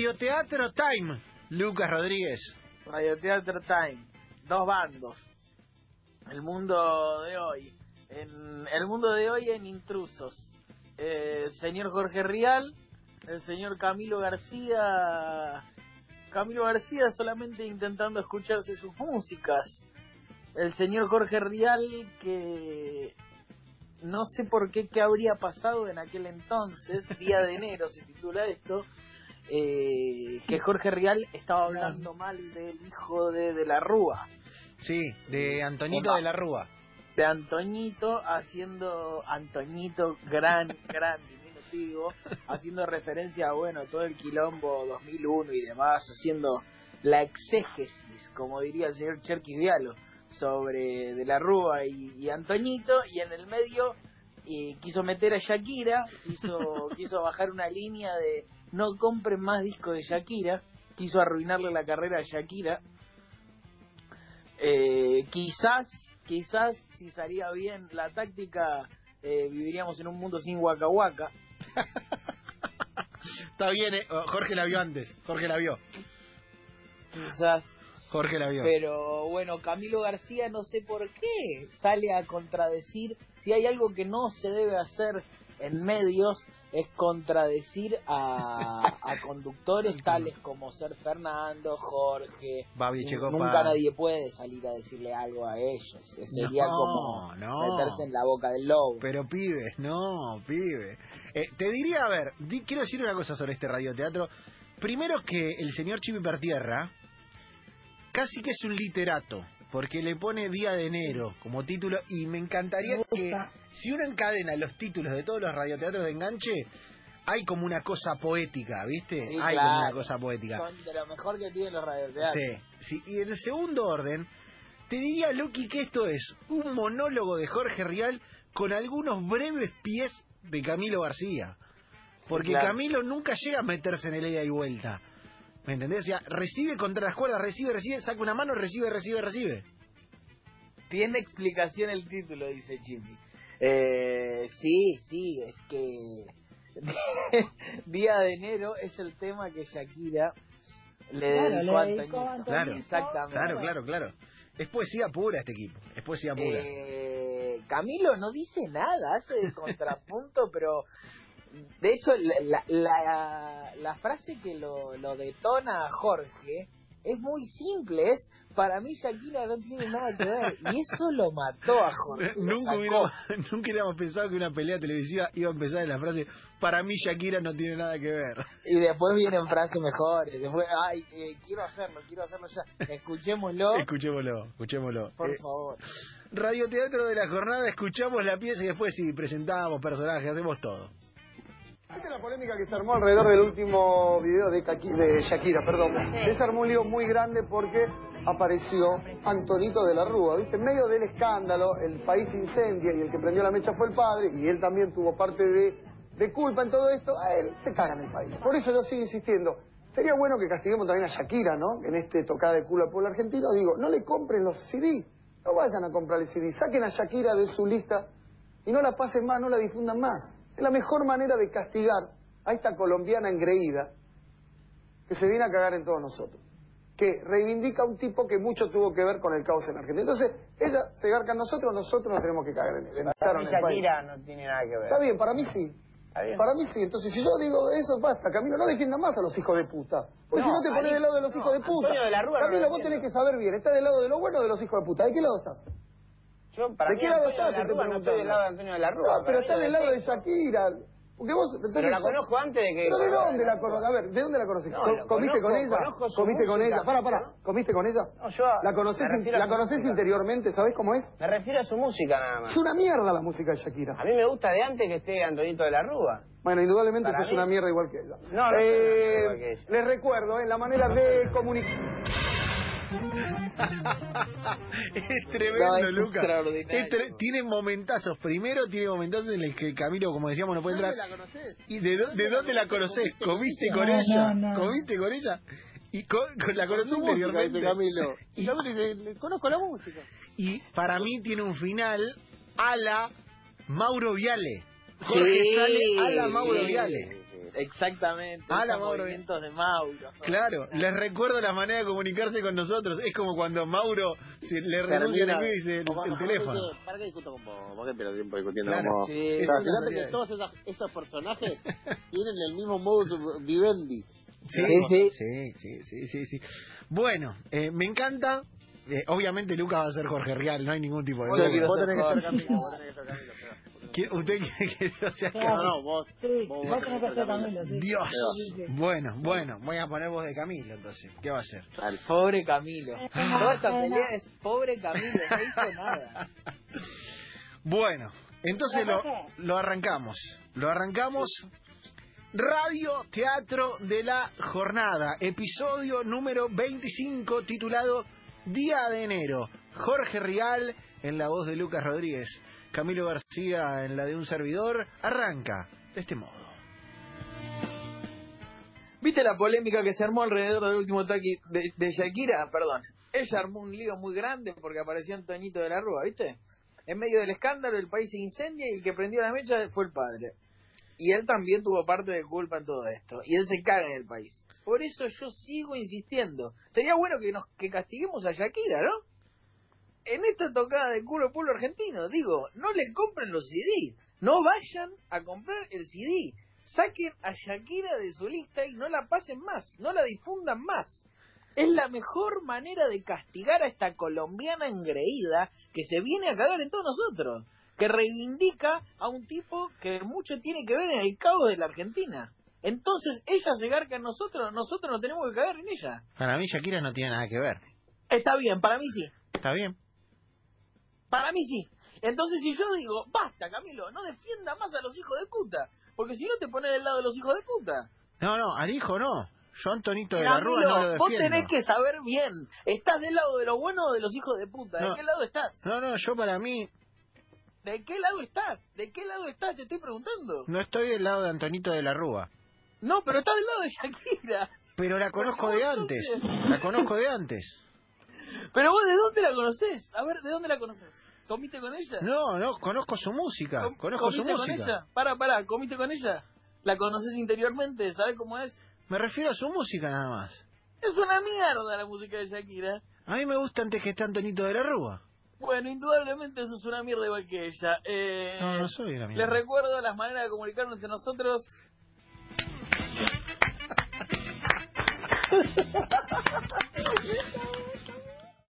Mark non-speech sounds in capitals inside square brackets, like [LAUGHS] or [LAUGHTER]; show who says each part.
Speaker 1: Radioteatro Time, Lucas Rodríguez.
Speaker 2: Radioteatro Time. Dos bandos. El mundo de hoy. En, el mundo de hoy en intrusos. Eh, el señor Jorge Rial, el señor Camilo García. Camilo García solamente intentando escucharse sus músicas. El señor Jorge Rial que no sé por qué qué habría pasado en aquel entonces, día de enero se titula esto, eh, que Jorge Rial estaba hablando mal del hijo de, de la Rúa,
Speaker 1: Sí, de Antonito
Speaker 2: Hola.
Speaker 1: de la Rúa.
Speaker 2: de Antoñito, haciendo Antoñito gran, [LAUGHS] gran diminutivo, haciendo referencia a, bueno, todo el quilombo 2001 y demás, haciendo la exégesis, como diría el señor Cherky Vialo, sobre de la Rúa y, y Antoñito, y en el medio eh, quiso meter a Shakira, quiso, quiso bajar una línea de no compren más discos de Shakira, quiso arruinarle la carrera a Shakira. Eh, quizás, quizás si salía bien la táctica, eh, viviríamos en un mundo sin Waka Waka.
Speaker 1: Está bien, eh, Jorge la vio antes. Jorge la vio.
Speaker 2: Quizás,
Speaker 1: Jorge la vio.
Speaker 2: pero bueno, Camilo García no sé por qué sale a contradecir. Si hay algo que no se debe hacer en medios es contradecir a,
Speaker 1: [LAUGHS]
Speaker 2: a conductores tales como ser Fernando, Jorge,
Speaker 1: Babi Checopa.
Speaker 2: Nunca nadie puede salir a decirle algo a ellos. Sería
Speaker 1: No,
Speaker 2: como
Speaker 1: no.
Speaker 2: meterse en la boca del lobo.
Speaker 1: Pero pibe, no, pibe. Eh, te diría, a ver, di- quiero decir una cosa sobre este radioteatro. Primero que el señor Chipi Pertierra casi que es un literato, porque le pone Día de Enero como título y me encantaría
Speaker 2: Me
Speaker 1: que
Speaker 2: gusta.
Speaker 1: si uno encadena los títulos de todos los radioteatros de enganche, hay como una cosa poética, ¿viste?
Speaker 2: Sí,
Speaker 1: hay como
Speaker 2: claro.
Speaker 1: una cosa poética.
Speaker 2: Son de lo mejor que tienen los radioteatros.
Speaker 1: Sí, sí. Y en segundo orden, te diría, Loki, que esto es un monólogo de Jorge Rial con algunos breves pies de Camilo García. Porque
Speaker 2: claro.
Speaker 1: Camilo nunca llega a meterse en el ida y vuelta. ¿Me entendés? O sea, recibe contra las cuerdas, recibe, recibe, saca una mano, recibe, recibe, recibe.
Speaker 2: Tiene explicación el título, dice Jimmy. Eh, sí, sí, es que [LAUGHS] Día de Enero es el tema que Shakira le
Speaker 3: Claro, le
Speaker 2: dedicó a
Speaker 3: dedicó a
Speaker 2: Antonio.
Speaker 3: Antonio.
Speaker 1: Claro,
Speaker 2: Exactamente.
Speaker 1: Claro, claro, claro. Es poesía pura este equipo, es poesía pura.
Speaker 2: Eh, Camilo no dice nada, hace de [LAUGHS] contrapunto, pero de hecho la, la- la frase que lo, lo detona a Jorge es muy simple, es para mí Shakira no tiene nada que ver y eso lo mató a
Speaker 1: [LAUGHS]
Speaker 2: Jorge. lo
Speaker 1: nunca,
Speaker 2: sacó.
Speaker 1: hubiéramos, nunca hubiéramos pensado que una pelea televisiva iba a empezar en la frase, para mí Shakira no tiene nada que ver.
Speaker 2: Y después vienen frases mejores, después, ay, eh, quiero hacerlo, quiero hacerlo ya, escuchémoslo,
Speaker 1: Escuchémoslo, escuchémoslo.
Speaker 2: por
Speaker 1: Eh,
Speaker 2: favor.
Speaker 1: radioteatro de la jornada, escuchamos la pieza y después sí, presentamos personajes, hacemos todo.
Speaker 4: Esta es la polémica que se armó alrededor del último video de, Kaki- de Shakira, perdón. Que Se armó un lío muy grande porque apareció Antonito de la Rúa, ¿viste? En medio del escándalo, el país incendia y el que prendió la mecha fue el padre y él también tuvo parte de, de culpa en todo esto. A él se cagan el país. Por eso yo sigo insistiendo. Sería bueno que castiguemos también a Shakira, ¿no? En este tocada de culo al pueblo argentino. Digo, no le compren los CD. No vayan a comprar el CD. Saquen a Shakira de su lista y no la pasen más, no la difundan más. Es la mejor manera de castigar a esta colombiana engreída que se viene a cagar en todos nosotros. Que reivindica a un tipo que mucho tuvo que ver con el caos en Argentina. Entonces, ella se garca a nosotros, nosotros nos tenemos que cagar en él.
Speaker 5: Para mí
Speaker 4: en el país.
Speaker 5: Shakira no tiene nada que ver.
Speaker 4: Está bien, para mí sí.
Speaker 5: Está bien.
Speaker 4: Para mí sí. Entonces, si yo digo eso, basta, Camilo, no defiendan más a los hijos de puta. Porque si no te pones del lado de los hijos de puta.
Speaker 5: Antonio de la Rúa no lo
Speaker 4: Camilo, vos
Speaker 5: defiendo.
Speaker 4: tenés que saber bien. ¿Estás del lado de lo bueno o de los hijos de puta? ¿De qué lado estás?
Speaker 5: Yo, para
Speaker 4: ¿De
Speaker 5: mí,
Speaker 4: qué lado
Speaker 5: Antonio de
Speaker 4: estás?
Speaker 5: la
Speaker 4: Te
Speaker 5: Rúa, no estoy del lado de Antonio de la Rúa.
Speaker 4: No, pero
Speaker 5: para
Speaker 4: está
Speaker 5: mí
Speaker 4: del
Speaker 5: no
Speaker 4: lado de
Speaker 5: existe.
Speaker 4: Shakira. Porque vos,
Speaker 5: Pero
Speaker 4: entonces-
Speaker 5: la conozco antes de que...
Speaker 4: ¿Pero de dónde la conoces? A ver, ¿de dónde la conociste?
Speaker 5: No, la
Speaker 4: ¿Comiste
Speaker 5: conozco,
Speaker 4: con ella?
Speaker 5: conozco su
Speaker 4: ¿Comiste con
Speaker 5: música,
Speaker 4: ella? Para, para.
Speaker 5: ¿no?
Speaker 4: ¿Comiste con ella?
Speaker 5: No, yo
Speaker 4: ¿La conoces,
Speaker 5: me refiero a
Speaker 4: la
Speaker 5: su
Speaker 4: conoces
Speaker 5: música.
Speaker 4: interiormente? ¿Sabés cómo es?
Speaker 5: Me refiero a su música nada más.
Speaker 4: Es una mierda la música de Shakira.
Speaker 5: A mí me gusta de antes que esté Antonito de la Rúa.
Speaker 4: Bueno, indudablemente
Speaker 5: Para
Speaker 4: sos
Speaker 5: mí-
Speaker 4: una mierda igual que ella. Eh,
Speaker 5: No, no soy una mierda igual que ella.
Speaker 4: Les recuerdo, en la manera de comunicar...
Speaker 1: [LAUGHS] es tremendo,
Speaker 2: No, es
Speaker 1: Lucas.
Speaker 2: extraordinario.
Speaker 1: Es tre- tiene momentazos. Primero tiene momentazos en el que Camilo, como decíamos, no puede entrar.
Speaker 4: conocés?
Speaker 1: ¿Y de, dó- de dónde la conocés? ¿Comiste con
Speaker 3: No,
Speaker 1: ella?
Speaker 3: no, no.
Speaker 1: ¿Comiste con ella? Y con, con la conocí
Speaker 4: su música,
Speaker 1: anteriormente.
Speaker 4: dice Camilo.
Speaker 1: [LAUGHS] Y,
Speaker 4: Conozco la música.
Speaker 1: y para mí tiene un final a la Mauro Viale. Jorge
Speaker 2: Sí.
Speaker 1: sale a la Mauro
Speaker 2: Sí.
Speaker 1: Viale.
Speaker 5: Sí, sí,
Speaker 2: Exactamente.
Speaker 1: Ah, la
Speaker 2: esos
Speaker 1: Mauro.
Speaker 2: movimientos de Mauro. son-
Speaker 1: Claro, les recuerdo la manera de comunicarse con nosotros. Es como cuando Mauro se, le renuncia el envío y dice el, el teléfono.
Speaker 3: ¿Para qué discuto con vos? ¿Para qué pierdo tiempo discutiendo
Speaker 1: Claro,
Speaker 3: con vos?
Speaker 2: sí,
Speaker 3: O
Speaker 1: es
Speaker 3: sea,
Speaker 1: una
Speaker 3: fíjate
Speaker 1: realidad.
Speaker 3: que todos esas- esos
Speaker 2: [LAUGHS]
Speaker 3: personajes tienen el mismo modus vivendi.
Speaker 1: Sí, sí,
Speaker 5: Sí,
Speaker 1: sí, sí, sí, sí. Bueno, eh, me encanta. Eh, obviamente Lucas va a ser Jorge Real, no hay ningún tipo de
Speaker 2: Vos,
Speaker 1: duda.
Speaker 2: vos tenés que
Speaker 5: ser
Speaker 2: ser Camilo, vos tenés que ser Camilo.
Speaker 1: ¿Qui- ¿Usted quiere que yo sea
Speaker 3: No, no, vos.
Speaker 6: Sí,
Speaker 3: vos-
Speaker 6: vos tenés que ser Camilo, sí.
Speaker 1: Dios.
Speaker 6: Sí, sí.
Speaker 1: Bueno, bueno, voy a poner voz de Camilo entonces. ¿Qué va a ser?
Speaker 3: Dale.
Speaker 2: Pobre Camilo.
Speaker 5: Toda esta pelea es pobre Camilo, no hizo nada.
Speaker 1: Bueno, entonces lo,
Speaker 6: Ajá.
Speaker 1: lo arrancamos. Lo arrancamos. Radio Teatro de la Jornada, episodio número 25, titulado Día de Enero. Jorge Rial en la voz de Lucas Rodríguez, Camilo García en la de un servidor. Arranca de este modo.
Speaker 2: [LAUGHS] ¿Viste la polémica que se armó alrededor del último ataque de, de Shakira? Perdón. Ella armó un lío muy grande porque apareció Antoñito de la Rúa, ¿viste? En medio del escándalo, el país se incendia y el que prendió la mecha fue el padre. Y él también tuvo parte de culpa en todo esto. Y él se caga en el país. Por eso yo sigo insistiendo. Sería bueno que nos que castiguemos a Shakira, ¿no? En esta tocada de culo al pueblo argentino, digo, no le compren los CD. No vayan a comprar el CD saquen a Shakira de su lista y no la pasen más, no la difundan más. Es la mejor manera de castigar a esta colombiana engreída que se viene a cagar en todos nosotros, que reivindica a un tipo que mucho tiene que ver en el caos de la Argentina. Entonces ella se garca en nosotros, nosotros no tenemos que cagar en ella.
Speaker 1: Para mí Shakira no tiene nada que ver.
Speaker 2: Está bien, para mí sí.
Speaker 1: ¿Está bien?
Speaker 2: Para mí sí. Entonces, si yo digo, basta, Camilo, no defienda más a los hijos de puta, porque si no te pones del lado de los hijos de puta.
Speaker 1: No, no, al hijo no. Yo Antonito de la Rúa
Speaker 2: Camilo,
Speaker 1: no lo
Speaker 2: vos
Speaker 1: defiendo.
Speaker 2: tenés que saber bien. ¿Estás del lado de los buenos o de los hijos de puta? ¿De
Speaker 1: No.
Speaker 2: qué lado estás?
Speaker 1: No, no, yo para mí
Speaker 2: ¿De qué lado estás? ¿De qué lado estás? Te estoy preguntando.
Speaker 1: no estoy del lado de Antonito de la Rúa.
Speaker 2: No, pero estás del lado de Shakira.
Speaker 1: Pero la conozco de antes. La conozco de antes.
Speaker 2: Pero vos, ¿de dónde la conocés? A ver, ¿de dónde la conoces? ¿Comiste con ella?
Speaker 1: No, no, conozco su música.
Speaker 2: Com-
Speaker 1: Conozco su
Speaker 2: ¿Comiste con
Speaker 1: música.
Speaker 2: ella? Para, para, ¿comiste con ella? ¿La conoces interiormente? ¿Sabes cómo es?
Speaker 1: Me refiero a su música nada más.
Speaker 2: Es una mierda la música de Shakira.
Speaker 1: A mí me gusta antes que esté Antonito de la Rúa.
Speaker 2: Bueno, indudablemente eso es una mierda igual que ella. Eh,
Speaker 1: No, no soy una
Speaker 2: Les
Speaker 1: mierda.
Speaker 2: recuerdo las maneras de comunicarnos entre nosotros.